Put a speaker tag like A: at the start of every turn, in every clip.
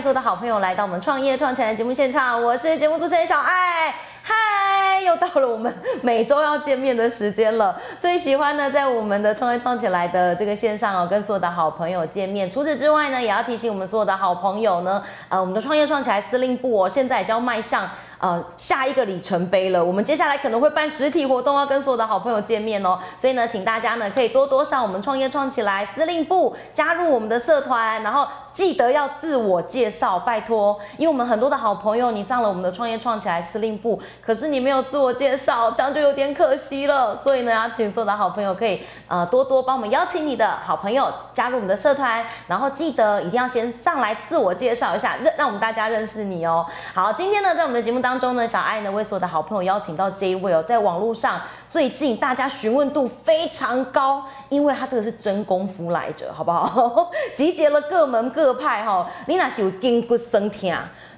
A: 所有的好朋友来到我们创业创起来节目现场，我是节目主持人小爱，嗨，又到了我们 每周要见面的时间了。最喜欢呢，在我们的创业创起来的这个线上哦，跟所有的好朋友见面。除此之外呢，也要提醒我们所有的好朋友呢，呃，我们的创业创起来司令部哦，现在已经要迈向。呃下一个里程碑了。我们接下来可能会办实体活动，要跟所有的好朋友见面哦。所以呢，请大家呢可以多多上我们创业创起来司令部，加入我们的社团，然后记得要自我介绍，拜托，因为我们很多的好朋友，你上了我们的创业创起来司令部，可是你没有自我介绍，这样就有点可惜了。所以呢，要请所有的好朋友可以呃多多帮我们邀请你的好朋友加入我们的社团，然后记得一定要先上来自我介绍一下，认让我们大家认识你哦。好，今天呢，在我们的节目当中呢，小爱呢为所有的好朋友邀请到这一位哦，在网络上最近大家询问度非常高，因为他这个是真功夫来着，好不好？ 集结了各门各派哈、哦，你那是有筋骨酸痛。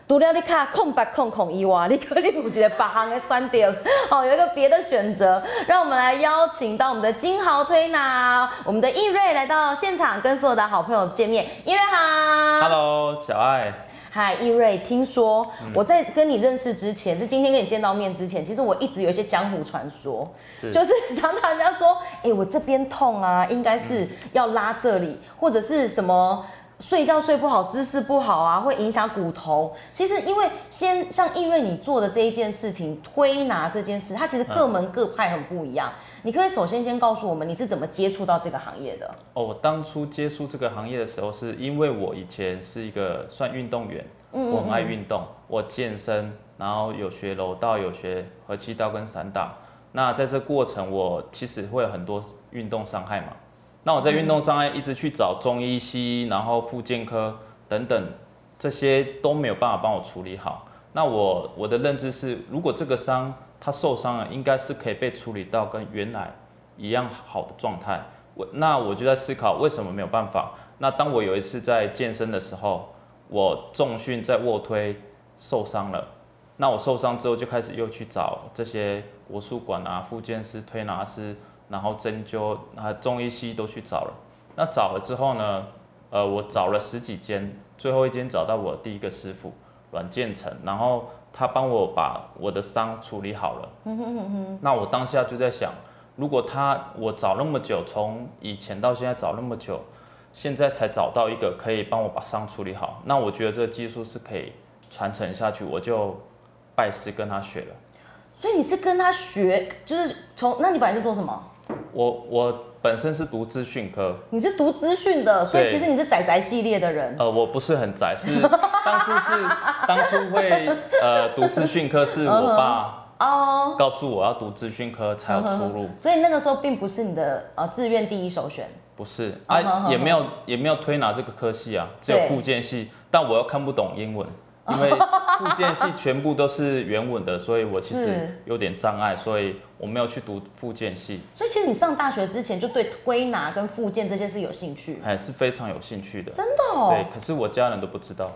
A: 除了你卡空白空空以外，你可能有一个八行的酸点哦， 有一个别的选择。让我们来邀请到我们的金豪推拿，我们的易瑞来到现场，跟所有的好朋友见面。易瑞好
B: Hello，小爱，
A: 嗨，易瑞，听说我在跟你认识之前，是今天跟你见到面之前，其实我一直有一些江湖传说，
B: 是
A: 就是 常常人家说，哎、我这边痛啊，应该是要拉这里，或者是什么。睡觉睡不好，姿势不好啊，会影响骨头。其实因为先像易瑞你做的这一件事情，推拿这件事，它其实各门各派很不一样。你可不可以首先先告诉我们你是怎么接触到这个行业的？
B: 哦，我当初接触这个行业的时候，是因为我以前是一个算运动员，我很爱运动，我健身，然后有学柔道，有学合气道跟散打。那在这过程，我其实会有很多运动伤害嘛。那我在运动伤害一直去找中医、西医，然后复健科等等，这些都没有办法帮我处理好。那我我的认知是，如果这个伤它受伤了，应该是可以被处理到跟原来一样好的状态。我那我就在思考为什么没有办法。那当我有一次在健身的时候，我重训在卧推受伤了。那我受伤之后就开始又去找这些国术馆啊、复健师、推拿师，然后针灸啊、中医、西医都去找了。那找了之后呢，呃，我找了十几间，最后一间找到我第一个师傅阮建成，然后他帮我把我的伤处理好了。那我当下就在想，如果他我找那么久，从以前到现在找那么久，现在才找到一个可以帮我把伤处理好，那我觉得这个技术是可以传承下去，我就拜师跟他学了。
A: 所以你是跟他学，就是从那你本来是做什么？
B: 我我本身是读资讯科，
A: 你是读资讯的，所以
B: 对
A: 其实你是仔仔系列的人。
B: 呃，我不是很宅，是当初是当初会呃读资讯科，是我爸
A: 哦，
B: 告诉我要读资讯科才有出路，
A: 所以那个时候并不是你的呃志愿第一首选。
B: 不是
A: 嗯哼
B: 啊，
A: 哼
B: 也没有也没有推拿这个科系啊，只有
A: 对
B: 附件系，但我又看不懂英文，因 为附件系全部都是原文的，所以我其
A: 是
B: 实有点障碍，所以我没有去读附件系，
A: 所以其实你上大学之前就对推拿跟复健这些是有兴趣，
B: 还哎是非常有兴趣的。
A: 真的
B: 对
A: 哦。，
B: 可是我家人都不知道，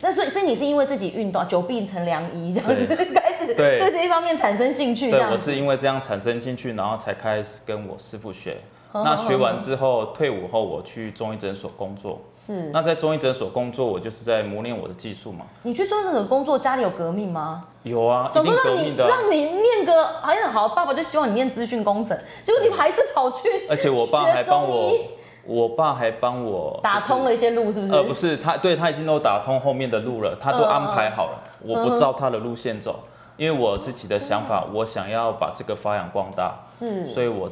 A: 那所以所以你是因为自己运动久病成良医这样子， 开始
B: 对
A: 对这一方面产生兴趣这
B: 对
A: 样
B: 我
A: 子。
B: 是因为这样产生兴趣，然后才开始跟我师傅学。
A: 呵呵
B: 那学完之后，退伍后我去中医诊所工作。
A: 是
B: 那在中医诊所工作，我就是在磨练我的技术嘛。
A: 你去做这种工作，家里有革命吗？
B: 有啊，一
A: 总
B: 定
A: 说
B: 革
A: 让
B: 命
A: 你
B: 的啊。
A: 让你念个好像好，爸爸就希望你念资讯工程，结果你
B: 嗯
A: 还是跑去
B: 而且我爸还帮
A: 学
B: 我
A: 中医，
B: 我爸还帮我
A: 打通了一些路，是不？
B: 就是是。呃，不是，他对他已经都打通后面的路了，他都安排好了，
A: 嗯
B: 我不照他的路线走，因为我自己的想法，
A: 嗯
B: 我想要把这个发扬光大，
A: 是
B: 所以我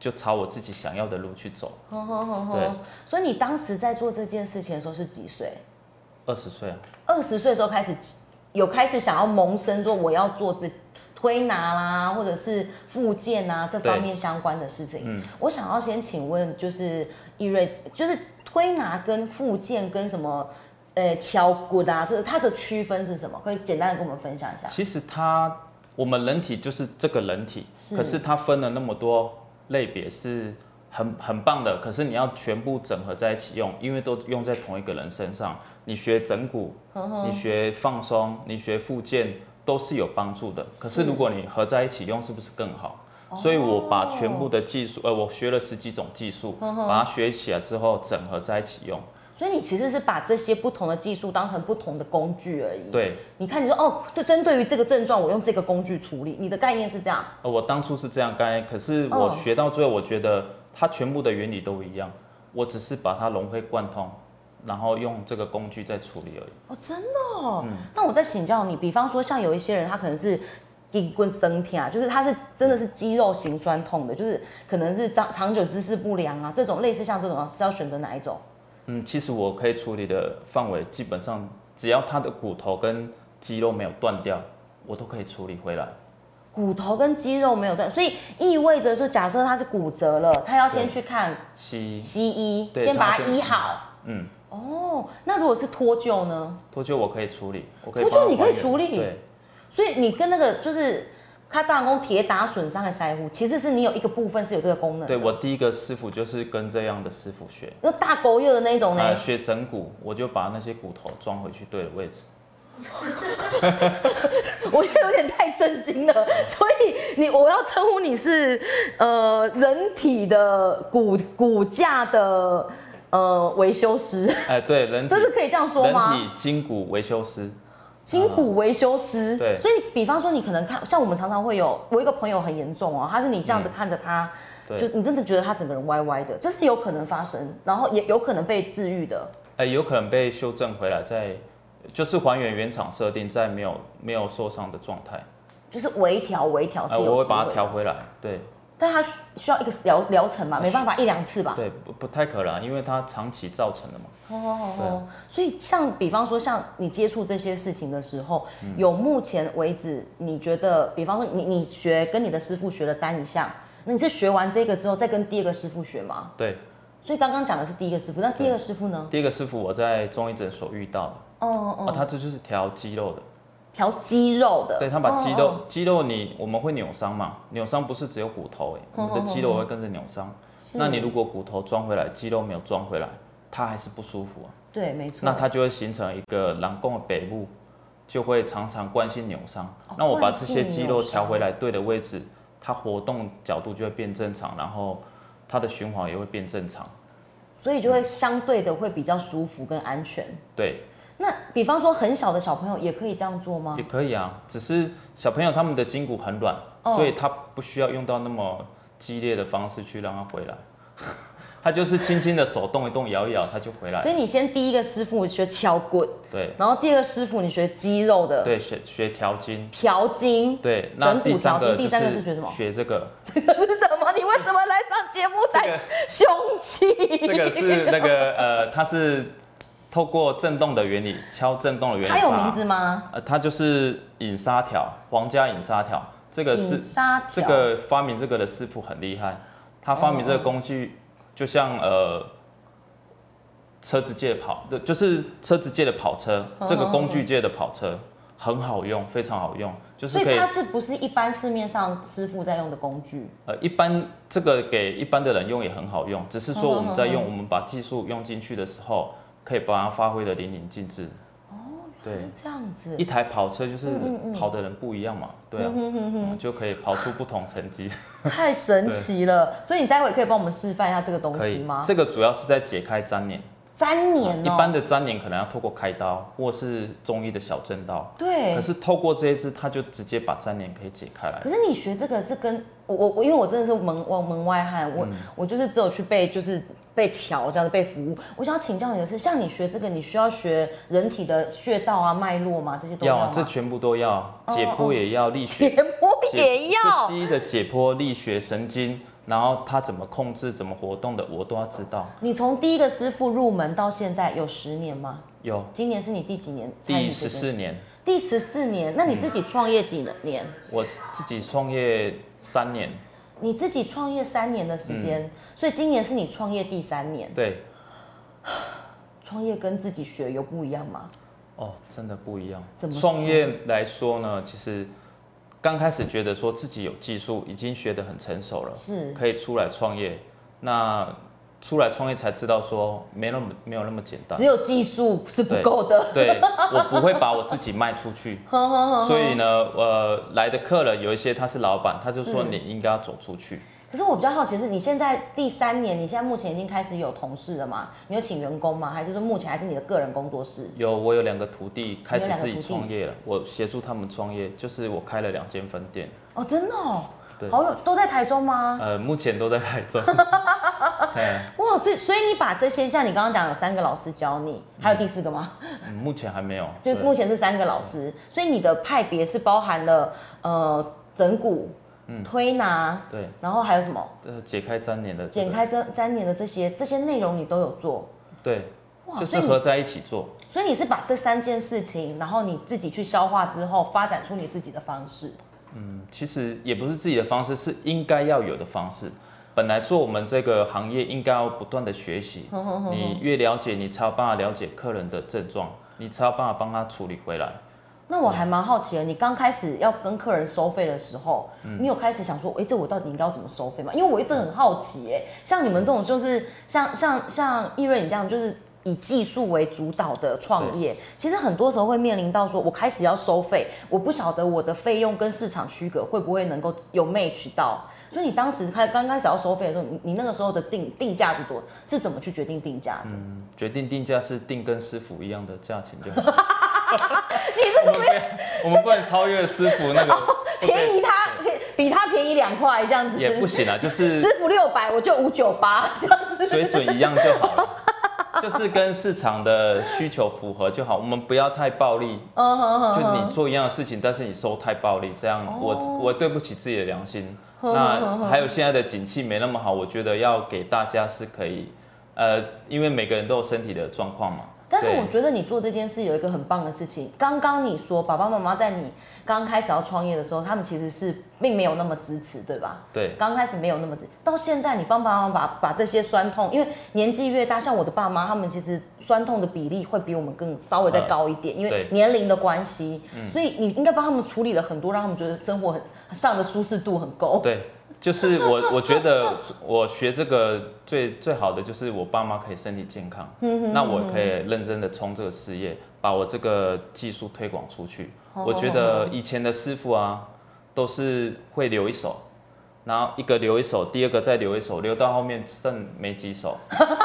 B: 就朝我自己想要的路去走。
A: 哼哼哼
B: 对
A: 哼，哦所以你当时在做这件事情的时候是几岁？
B: 二十岁啊，
A: 二十岁的时候开始有开始想要萌生说我要做这推拿啦，或者是复健啊这方面相关的事情。
B: 嗯
A: 我想要先请问，就是易瑞，就是推拿跟复健跟什么？呃，敲骨啊，这个它的区分是什么？可以简单的跟我们分享一下。
B: 其实他我们人体就是这个人体，
A: 是
B: 可是它分了那么多类别是。很很棒的，可是你要全部整合在一起用，因为都用在同一个人身上。你学整骨，
A: 哼哼，
B: 你学放松，你学复健都是有帮助的。可是
A: 是
B: 如果你合在一起用，是不是更好？所以我把全部的技术，呃，我学了十几种技术，把它学起来之后整合在一起用。
A: 所以你其实是把这些不同的技术当成不同的工具而已。，
B: 对，
A: 你看你说哦，对，针对于这个症状，我用这个工具处理，你的概念是这样。
B: 呃，我当初是这样干，可是我
A: 哦
B: 学到最后，我觉得它全部的原理都一样，我只是把它融会贯通，然后用这个工具再处理而已。
A: 哦，真的、哦。
B: 嗯
A: 那我再请教你，比方说像有一些人，他可能是一棍生天啊，就是他是真的是肌肉型酸痛的，就是可能是长长久姿势不良啊，这种类似像这种啊是要选择哪一种？
B: 嗯，其实我可以处理的范围，基本上只要它的骨头跟肌肉没有断掉，我都可以处理回来。
A: 骨头跟肌肉没有断，所以意味着说，假设他是骨折了，他要先去看
B: 吸，
A: 西医，
B: 对
A: 先把
B: 他
A: 它
B: 要先
A: 医好。
B: 嗯，
A: 哦，那如果是脱臼呢？
B: 脱臼我可以处理，我可以
A: 脱臼
B: 帮他
A: 你可以
B: 还原
A: 处理
B: 对，
A: 所以你跟那个就是他丈公铁打损伤的腮乎，其实是你有一个部分是有这个功能。
B: 对我第一个师傅就是跟这样的师傅学，
A: 那大狗友的那一种呢？
B: 呃，学整骨，我就把那些骨头装回去对的位置。
A: 我觉得有点太震惊了，所以你我要称呼你是呃人体的骨骨架的呃维修师，
B: 哎、对，人体
A: 这是可以这样说
B: 人
A: 吗？
B: 体筋骨维修师，
A: 筋骨维修师，
B: 啊对
A: 所以比方说你可能看，像我们常常会有，我有一个朋友很严重哦，他是你这样子看着他，
B: 嗯对
A: 就你真的觉得他整个人歪歪的，这是有可能发生，然后也有可能被治愈的。
B: 哎、有可能被修正回来在就是还原原厂设定，在没有没有受伤的状态，
A: 就是微调，微调哦是
B: 哎、
A: 有、
B: 我会把它调，回来，对
A: 但他需需要一个疗疗程嘛，没办法一两次吧。
B: 对，不不太可能，因为它长期造成的嘛。
A: 哦哦
B: 对啊
A: 哦，所以像比方说，像你接触这些事情的时候，
B: 嗯
A: 有目前为止，你觉得，比方说你你学跟你的师傅学了单一项，那你是学完这个之后再跟第二个师傅学吗？
B: 对，
A: 所以刚刚讲的是第一个师傅，那第二个师傅呢？
B: 第一个师傅我在中医诊所遇到
A: 哦
B: 的，
A: 哦
B: 啊，
A: 哦，
B: 他这就是调肌肉的，
A: 调肌肉的，
B: 对他把肌肉、
A: 哦
B: 肌肉你我们会扭伤嘛，扭伤不是只有骨头哎、
A: 哼
B: 我们的肌肉会跟着扭伤。那你如果骨头装回来，肌肉没有装回来，它还是不舒服啊。
A: 哦对，没错。
B: 那它就会形成一个狼共的北部，就会常常惯性扭伤。
A: 哦
B: 那我把
A: 惯
B: 这
A: 性
B: 些肌肉
A: 扭伤
B: 调回来对的位置，它活动角度就会变正常，然后它的循环也会变正常。
A: 所以就会相对的会比较舒服跟安全。
B: 对，
A: 那比方说很小的小朋友也可以这样做吗
B: 也？可以啊，只是小朋友他们的筋骨很软，
A: 哦
B: 所以他不需要用到那么激烈的方式去让它回来， 他就是轻轻的手动一动，摇一摇，它就回来
A: 所
B: 了。
A: 以你先第一个师傅学敲棍，
B: 对
A: 然后第二个师傅你学肌肉的
B: 对，学学调筋。
A: 调筋，
B: 对，
A: 整
B: 那
A: 骨
B: 第三
A: 调
B: 个
A: 筋。
B: 就
A: 第三个是学什么？
B: 学这个，
A: 这个是什么？你为什么来上节目才凶器？
B: 这个是那个呃，它是透过震动的原理，敲震动的原理。
A: 它有名字？吗？
B: 呃，它就是引沙条，皇家引沙条。这个是
A: 引沙条
B: 这个发明这个的师傅很厉害，他发明这个工具，就像呃车子界的跑，对就是车子界的跑车，
A: 哦
B: 这个工具界的跑车很好用，非常好用，就是
A: 所
B: 可
A: 以
B: 以
A: 它是不是一般市面上师傅在用的工具？
B: 呃，一般这个给一般的人用也很好用，只是说
A: 哦
B: 我们在用，我们把技术用进去的时候，可以把它发挥的淋漓尽致。哦，对，
A: 是这样嗯子
B: 一。台跑车就是跑的人不一样嘛，对啊，嗯就可以跑出不同成绩。
A: 太神奇了！所以你待会可以帮我们示范一下这个东
B: 可
A: 西
B: 以
A: 吗，？
B: 这个主要是在解开粘连，
A: 粘黏
B: 一
A: 哦、
B: 般的粘连可能要透过开刀或是中医的小针刀，
A: 对
B: 可。是透过这一支，它就直接把粘连可以解开来。
A: 可是你学这个是跟我我我，因为我真的是门我门外汉，我、
B: 嗯
A: 我就是只有去被就是被瞧这样子被服务。我想要请教你的是，像你学这个，你需要学人体的穴道啊、脉络吗？这些都
B: 要
A: 吗
B: 啊，？这全部都要，解剖也要，力学
A: 哦解剖也
B: 就
A: 要
B: 西，医的解剖、力学、神经，然后它怎么控制、怎么活动的，我都要知道。
A: 你从第一个师傅入门到现在有十年吗？
B: 有
A: 今年是你第几年参与
B: 第
A: 这件
B: 十
A: 事？
B: 四年，嗯
A: 第十四年。那你自己创业几年？
B: 我自己创业三年，
A: 你自己创业三年的时间，所以今年是你创业第三年。
B: 对，
A: 创业跟自己学有不一样吗？
B: 哦，真的不一样
A: 怎。么说
B: 创业来说呢，其实刚开始觉得说自己有技术，已经学得很成熟了，
A: 是
B: 可以出来创业。那出来创业才知道说没那么没有那么简单
A: 只。有技术是不够的。
B: 对，我不会把我自己卖出去。
A: 呵呵呵
B: 所以呢，呃，来的客人有一些他是老板，他就说
A: 是
B: 你应该要走出去。
A: 可是我比较好奇的是，你现在第三年，你现在目前已经开始有同事了吗？你有请员工吗？还是说目前还是你的个人工作室？
B: 有，我有两个徒弟开始
A: 两个
B: 自己
A: 徒弟
B: 创业了，我协助他们创业，就是我开了两间分店，
A: 哦，真的哦，
B: 对
A: 好有都在台中吗？
B: 呃，目前都在台 中。哎、
A: 哇，所以所以你把这些，像你刚刚讲有三个老师教你，还有第四个吗？
B: 嗯目前还没有，
A: 就
B: 对
A: 目前是三个老师，所以你的派别是包含了呃整骨、推拿，
B: 对，
A: 然后还有什么
B: 呃，解开粘连的这个、
A: 剪开粘粘连的这些这些内容你都有做，
B: 对，
A: 哇，
B: 就
A: 所
B: 是
A: 以你
B: 合在一起做。
A: 所以你是把这三件事情，然后你自己去消化之后，发展出你自己的方式。
B: 嗯，其实也不是自己的方式，是应该要有的方式。本来做我们这个行业，应该要不断的学习。你越了解，你才有办法了解客人的症状，你才有办法帮他处理回来。
A: 那我
B: 嗯
A: 还蛮好奇的，你刚开始要跟客人收费的时候，
B: 嗯
A: 你有开始想说，哎、这我到底应该要怎么收费吗？因为我一直很好奇、哎，像你们这种就是像像像易瑞你这样，就是以技术为主导的创业，其实很多时候会面临到说，我开始要收费，我不晓得我的费用跟市场区隔会不会能够有 match 到。所以你当时开刚开始要收费的时候，你你那个时候的定定价是多，是怎么去决定定价的？
B: 嗯决定定价是定跟师傅一样的价钱就好。
A: 你这个没有
B: 我们不能超越师傅那个，不可以
A: 便宜他，便比他便宜两块这样子，
B: 也不行啊，就是
A: 师傅六百，我就五九八这样子。
B: 水准一样就好了，就是跟市场的需求符合就好。我们不要太暴力，
A: 嗯哼哼
B: 就你
A: 哼，
B: 做一样的事情，但是你收太暴力，这样我
A: 哦
B: 我对不起自己的良心。
A: 呵呵呵
B: 那还有现在的景气没那么好，我觉得要给大家是可以，呃，因为每个人都有身体的状况嘛。
A: 但是
B: 对
A: 我觉得你做这件事有一个很棒的事情。刚刚你说爸爸妈妈在你刚开始要创业的时候，他们其实是并没有那么支持，对吧？
B: 对
A: 刚开始没有那么支，到现在你帮爸妈妈把把这些酸痛，因为年纪越大，像我的爸妈，他们其实酸痛的比例会比我们更稍微再高一点，因为
B: 对嗯
A: 年龄的关系，所以你应该帮他们处理了很多，让他们觉得生活很上的舒适度很够。
B: 对，就是我，我觉得我学这个最最好的就是我爸妈可以身体健康，那我可以认真的冲这个事业，把我这个技术推广出去。我觉得以前的师傅啊，都是会留一手，然后一个留一手，第二个再留一手，留到后面剩没几手。 对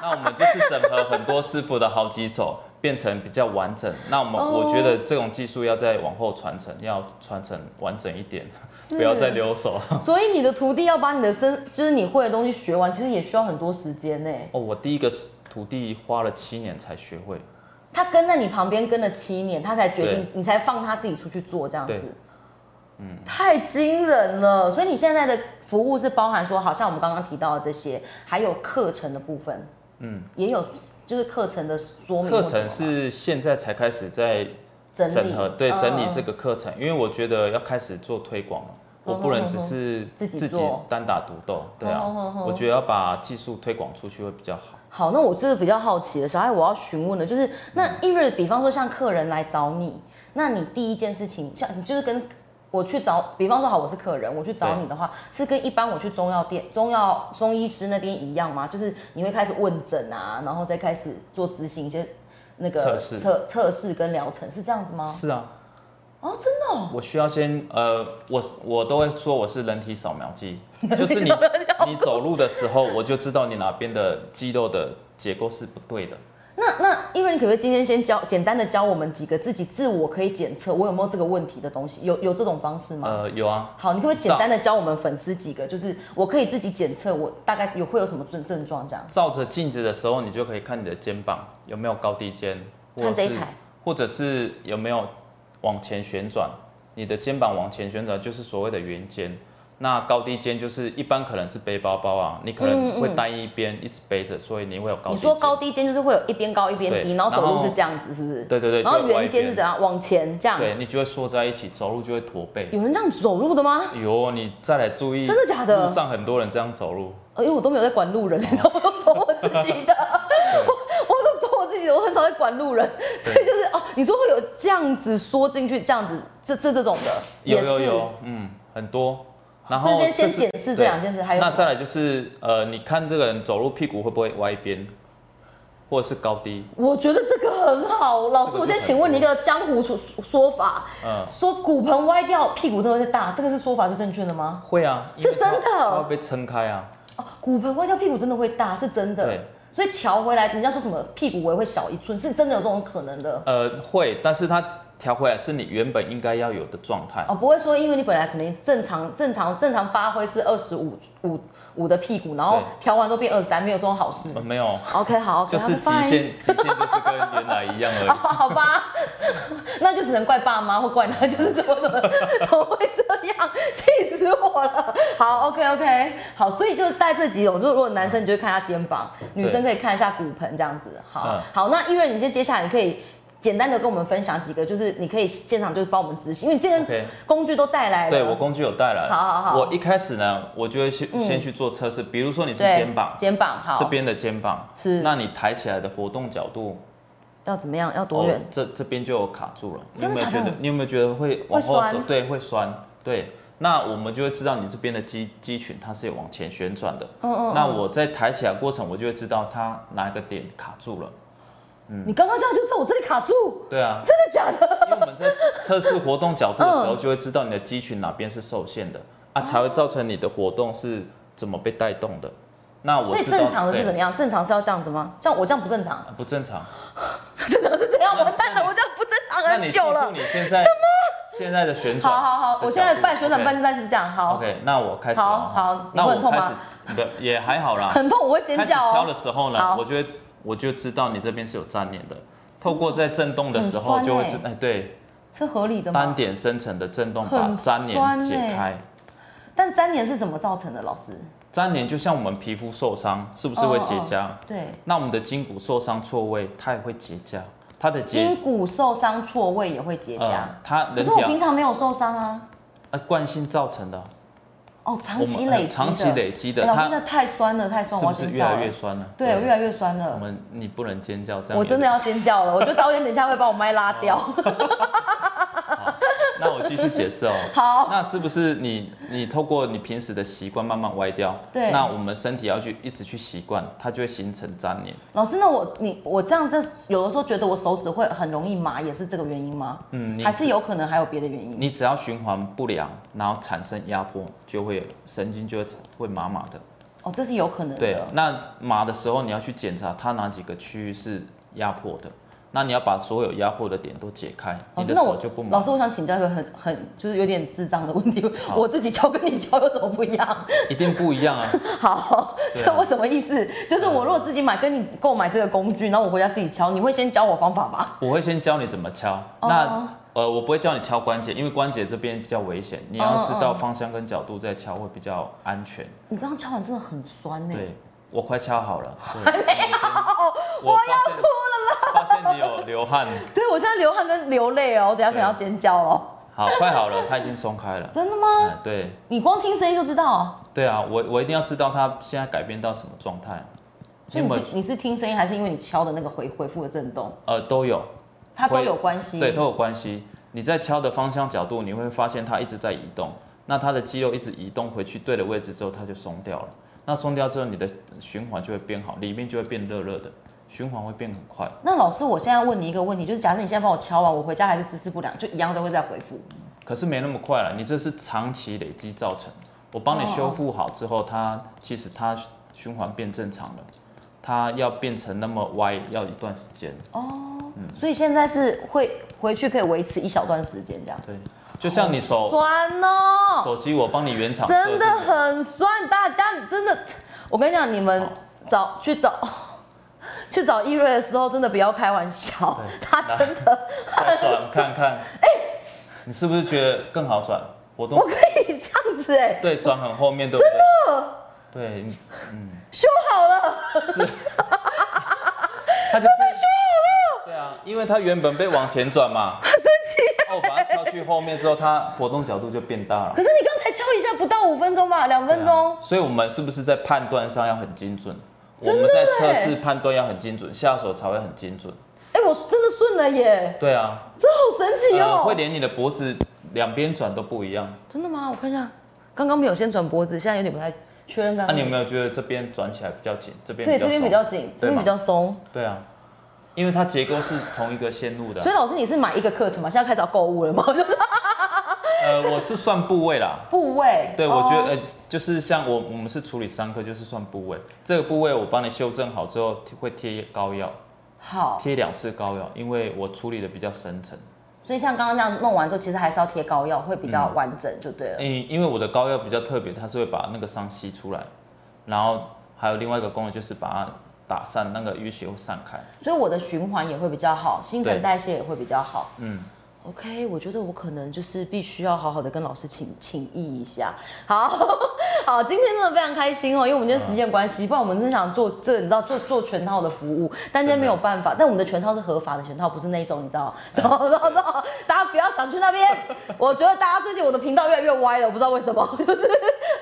B: 那我们就是整合很多师傅的好几手，变成比较完整。那我们、我觉得这种技术要再往后传承，要传承完整一点，不要再留手。
A: 所以你的徒弟要把你的身，就是你会的东西学完，其实也需要很多时间呢。
B: 哦，我第一个徒弟花了七年才学会，
A: 他跟在你旁边跟了七年，他才决定
B: 对，
A: 你才放他自己出去做这样
B: 对
A: 子。嗯，太惊人了。所以你现在的服务是包含说，好像我们刚刚提到的这些，还有课程的部分。嗯，也有就是课程的说明或
B: 课
A: 什么吗。
B: 程是现在才开始在
A: 整理
B: 整合，对，
A: 嗯
B: 整理这
A: 嗯
B: 个课程，因为我觉得要开始做推广了，我不能只是
A: 嗯自己做嗯
B: 单打独斗，对啊
A: 哼哼，哼
B: 我觉得要把技术推广出去会比较好。
A: 好，那我就是比较好奇的，小爱，我要询问的就是，
B: 嗯
A: 那因为比方说像客人来找你，那你第一件事情，像你就是跟我去找，比方说好，我是客人，我去找
B: 对
A: 你的话，是跟一般我去中药店、中药中医师那边一样吗？就是你会开始问诊啊，然后再开始做执行一些那个
B: 测试
A: 测测试跟疗程，是这样子吗？
B: 是啊，
A: 哦，真的哦、
B: 我需要先呃，我我都会说我是人体扫描 机，就是你你走路的时候，我就知道你哪边的肌肉的结构是不对的。
A: 那那因为你可不可以今天先教简单的教我们几个自己自我可以检测我有没有这个问题的东西？有有这种方式吗？
B: 呃，有啊，
A: 好，你可不可以简单的教我们粉丝几个？就是我可以自己检测我大概有会有什么症症状这样。
B: 照着镜子的时候，你就可以看你的肩膀有没有高低肩，或
A: 看这
B: 者
A: 一
B: 是
A: 排
B: 或者是有没有往前旋转，你的肩膀往前旋转就是所谓的圆肩。那高低肩就是一般可能是背包包啊，你可能会单一边一直背着，所以你会有高低
A: 嗯你
B: 肩。
A: 说高低肩就是会有一边高一边低，
B: 对
A: 然后走
B: 然
A: 路
B: 后
A: 是这样子，是不是？
B: 对对对
A: 然后
B: 就往一
A: 圆肩
B: 边
A: 是怎样？往前这样。
B: 对你就会缩在一起，走路就会驼背。
A: 有人这样走路的吗？
B: 有，你再来注意，
A: 真的假的
B: 嗯路上哦很多人这样走路，
A: 哎、因为我都没有在管路人，你知道吗我都走我自己的，我我都走我自己的，我很少在管路人，所
B: 对
A: 以就是哦，你说会有这样子缩进去，这样子这这这种的
B: 有
A: 也
B: 有
A: 是。
B: 有，嗯，很多。然
A: 所以
B: 后
A: 先先
B: 这是
A: 检视这
B: 对
A: 两件事还有
B: 那
A: 什么
B: 再来就是呃，你看这个人走路屁股会不会歪一边？或者是高低，
A: 我觉得这个很好，老师，
B: 这个就
A: 我先
B: 很
A: 请问你一
B: 多
A: 个江湖说说法，
B: 嗯，
A: 说骨盆歪掉，屁股真的会大，这个是说法是正确的吗？
B: 会啊，因
A: 是
B: 为它
A: 真的
B: 它会被撑开啊，
A: 哦，骨盆歪掉，屁股真的会大，是真的
B: 对。
A: 所以翘回来，人家说什么屁股围会小一寸，是真的有这种可能的
B: 呃，会，但是它调回来是你原本应该要有的状态，
A: 哦，不会说因为你本来可能正常正常正常发挥是二十五五五的屁股，然后
B: 对
A: 调完之后变二十三，没有这种好事。
B: 呃没有，
A: OK，好，OK，
B: 就是极
A: fine
B: 限，极限就是跟原来一样而
A: 哦，
B: 已。
A: 好吧，那就只能怪爸妈或怪他，就是怎么怎么怎么会这样，气死我了。好，OK OK，好，所以就是带这几种，就如果男生你就看他肩膀，女生可以看一下骨盆这样子。好，
B: 嗯
A: 好，那因为你先接下来你可以。简单的跟我们分享几个，就是你可以现场就是帮我们执行，因为你健身
B: OK
A: 工具都带来了。
B: 对我工具有带来，
A: 好好好
B: 我一开始呢，我就会先、
A: 嗯
B: 先去做测试，比如说你是
A: 对
B: 肩膀
A: 肩膀好，
B: 这边的肩膀，
A: 是
B: 那你抬起来的活动角度
A: 要怎么样？要
B: 哦
A: 多远？
B: 这这边就有卡住了。你
A: 真
B: 有
A: 的
B: 没有
A: 假的
B: 觉得？你有没有觉得会往后
A: 会
B: 手
A: 酸
B: 对会酸？对，那我们就会知道你这边的肌肌群它是有往前旋转的。
A: 嗯嗯嗯
B: 那我在抬起来过程，我就会知道它哪一个点卡住了。嗯
A: 你刚刚这样就在我这里卡住，
B: 对啊，
A: 真的假的？
B: 因为我们在测试活动角度的时
A: 嗯
B: 候，就会知道你的肌群哪边是受限的啊，才会造成你的活动是怎么被带动的。那我
A: 所以
B: 知道
A: 正常的是怎么
B: 对
A: 样？正常是要这样子吗？像我这样不正常。
B: 啊不正常。
A: 正常 是这样，完蛋了，我这样不正常
B: 那你
A: 很
B: 记
A: 久
B: 住
A: 了。
B: 你现在现在的旋
A: 好
B: 转。
A: 好好，我现在半旋转半自
B: 正。
A: 在是这样，好
B: OK，那我开始了
A: 好
B: 哦
A: 好
B: 那
A: 你会很
B: 我
A: 痛
B: 开
A: 吗
B: 始对也还好啦。
A: 很痛，我会
B: 开
A: 尖
B: 始
A: 叫
B: 敲的
A: 哦。
B: 时候呢
A: 好，
B: 我就会我就知道你这边是有粘连的。透过在震动的时候
A: 很酸
B: 就会知
A: 欸
B: 哎对
A: 是合理的
B: 单
A: 吗？
B: 点深层的震动把
A: 很
B: 粘
A: 酸
B: 连解
A: 欸
B: 开。
A: 但粘连是怎么造成的，老师？
B: 粘连就像我们皮肤受伤是不是会结痂？
A: 对，
B: 那我们的筋骨受伤错位，它也会结痂。它的结
A: 筋骨受伤错位也会结痂
B: 呃。它
A: 可
B: 人
A: 是我
B: 体
A: 平常没有受伤啊。
B: 啊惯性造成的啊，
A: 哦，长期
B: 我们呃
A: 累积的。
B: 长期累积的
A: 哎老师，
B: 它
A: 这太酸了，太酸，
B: 是
A: 我要
B: 不是
A: 尖
B: 越
A: 叫
B: 来越
A: 了。
B: 酸了？
A: 对，我越来越酸
B: 我
A: 了。
B: 们你不能尖叫这样。
A: 我真的要尖叫了，我觉得导演等一下会把我麦
B: 哦
A: 拉掉。
B: 那我继续解释哦。
A: 好，
B: 那是不是你你透过你平时的习惯慢慢歪掉？
A: 对
B: 那我们身体要去一直去习惯，它就会形成粘连。
A: 老师，那我你我这样子，有的时候觉得我手指会很容易麻，也是这个原因吗？
B: 嗯，你
A: 还是有可能还有别的原因？
B: 你只要循环不良，然后产生压迫，就会有神经就会会麻麻的。
A: 哦，这是有可能的。
B: 对，那麻的时候你要去检查它哪几个区域是压迫的，那你要把所有压迫的点都解开，
A: 老
B: 你
A: 师，
B: 的
A: 那
B: 手
A: 我
B: 就不麻
A: 老。师，我想请教一个很很就是有点智障的问题，
B: 好
A: 我自己教跟你教有什么不一样？
B: 一定不一样啊。
A: 好，
B: 对啊啊
A: 这我什么意思？就是我如果自己买，跟你购买这个工具，然后我回家自己敲，你会先教我方法吧？
B: 我会先教你怎么敲。
A: 哦
B: 那呃，我不会教你敲关节，因为关节这边比较危险，你要知道方向跟角度再敲会比较安全。
A: 你刚刚敲完真的很酸呢、
B: 对，我快敲好 了。还没有，我要哭了啦！ 发现你有流汗，
A: 对，我现在流汗跟流泪哦，我等一下可能要尖叫了。
B: 好，快好了，它已经松开了。
A: 真的吗？
B: 嗯啊对
A: 你光听声音就知道，哦
B: 对啊，我我一定要知道它现在改变到什么状态。
A: 所以你
B: 有
A: 是
B: 没有
A: 你是听声音，还是因为你敲的那个回回复的震动，
B: 呃都有，
A: 它都
B: 回
A: 有关系？
B: 对，都有关系。你在敲的方向角度，你会发现它一直在移动，那它的肌肉一直移动回去对的位置之后，它就松掉了。那松掉之后，你的循环就会变好，里面就会变热热的，循环会变很快。
A: 那老师，我现在问你一个问题，就是假设你现在帮我敲完，我回家还是姿势不良，就一样都会再回复。
B: 可是没那么快了，你这是长期累积造成。我帮你
A: 哦
B: 修复好之后，它其实它循环变正常了，它要变成那么歪要一段时间。
A: 所以现在是会回去可以维持一小段时间这样。
B: 对，就像你手
A: 酸哦，
B: 手机，我帮你原厂设
A: 真
B: 定
A: 的很酸，大家真的，我跟你讲，你们
B: 好
A: 找去找去找易瑞的时候，真的不要开玩笑，
B: 对
A: 他真的
B: 再转看看。哎、你是不是觉得更好转？活动
A: 我可以这样子哎、
B: 对转很后面，对不对？对，你嗯
A: 修好了，
B: 它就是对啊，因为它原本被往前转嘛，
A: 很生气。
B: 哦，我把它敲去后面之后，它活动角度就变大了啊
A: 可。是你刚才敲一下不到五分钟吧，两分钟。
B: 所以我们是不是在判断上要很精准？我们在测试判断要很精准，下手才会很精准。
A: 哎、我真的顺了耶，
B: 对啊，
A: 这好神奇哦、
B: 呃，会连你的脖子两边转都不一样。
A: 真的吗？我看一下，刚刚没有先转脖子，现在有点不太确认
B: 那、
A: 刚
B: 啊你有没
A: 有？
B: 有觉得这边转起来比较紧，这边
A: 对，这边比较
B: 松
A: 紧，这
B: 对
A: 边
B: 吗
A: 比较松。
B: 对啊，因为它结构是同一个线路的啊
A: 所以。老师，你是买一个课程吗？现在开始要购物了吗？ 就是
B: 呃，我是算部位啦。
A: 部位。
B: 对，我觉
A: 哦
B: 得、呃，就是像我我们是处理伤科，就是算部位，这个部位我帮你修正好之后会贴膏药，
A: 好。
B: 贴两次膏药，因为我处理的比较深层。
A: 所以像刚刚那样弄完之后，其实还是要贴膏药，会比
B: 嗯
A: 较完整，就对了。
B: 因因为我的膏药比较特别，它是会把那个伤吸出来，然后还有另外一个功能就是把它打散，那个淤血会散开。
A: 所以我的循环也会比较好，新陈
B: 对
A: 代谢也会比较好。
B: 嗯，
A: OK，我觉得我可能就是必须要好好的跟老师请请益一下。好 好，今天真的非常开心哦，因为我们今天时间关系，不然我们真的想做这个，你知道做做全套的服务，但今天没有办法。但我们的全套是合法的全套，不 是那种你知道，走走走，大家不要想去那边。 我觉得大家最近我的频道越来越歪了，我不知道为什么， 就是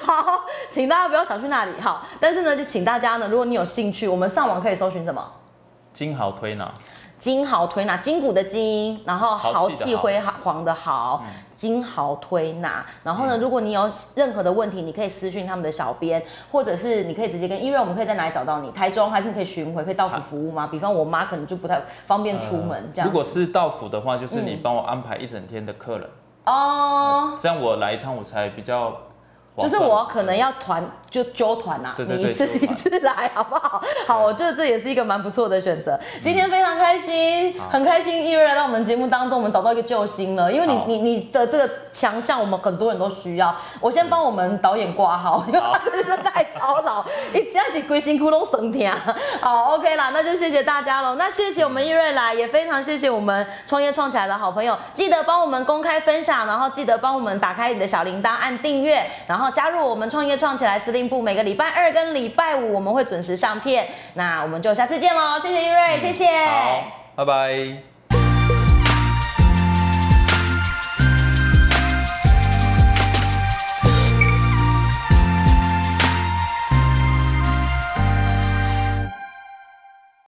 A: 好，请大家不要想去那里。好，但是呢，就请大家呢，如果你有兴趣，我们上网可以搜寻什么？
B: 金豪推拿，
A: 金豪推拿，筋骨的筋，然后豪
B: 豪气的嗯
A: 气辉煌的豪，金豪推拿。然后呢，如果你有任何的问题，你可以私讯他们的小编，或者是你可以直接跟，因为我们可以在哪里找到你？台中还是你可以巡回，可以到府服务
B: 嗯
A: 吗？比方我妈可能就不太方便出门，这样。嗯
B: 如果是到府的话，就是你帮我安排一整天的客人，
A: 哦，
B: 这样我来一趟我才比较划算。
A: 就是我可能要团就揪团啊，
B: 对对
A: 你
B: 对
A: 一次
B: 揪
A: 一
B: 团
A: 次来好不好？好，我觉得这也是一个蛮不错的选择。今天非常开心，
B: 嗯好
A: 很开心一瑞来到我们节目当中，我们找到一个救星了，因为你
B: 好
A: 你你的这个强项，我们很多人都需要。我先帮我们导演挂号，因为他真的太操劳，一真是归心窟窿省听。好，OK 啦，那就谢谢大家喽。那谢谢我们易瑞来，也非常谢谢我们创业创起来的好朋友，记得帮我们公开分享，然后记得帮我们打开你的小铃铛，按订阅，然后加入我们创业创起来司令部，每个礼拜二跟礼拜五我
B: 嗯
A: 们会准时上片。那我们就下次见喽，谢谢易瑞，谢谢。
B: 好，拜拜。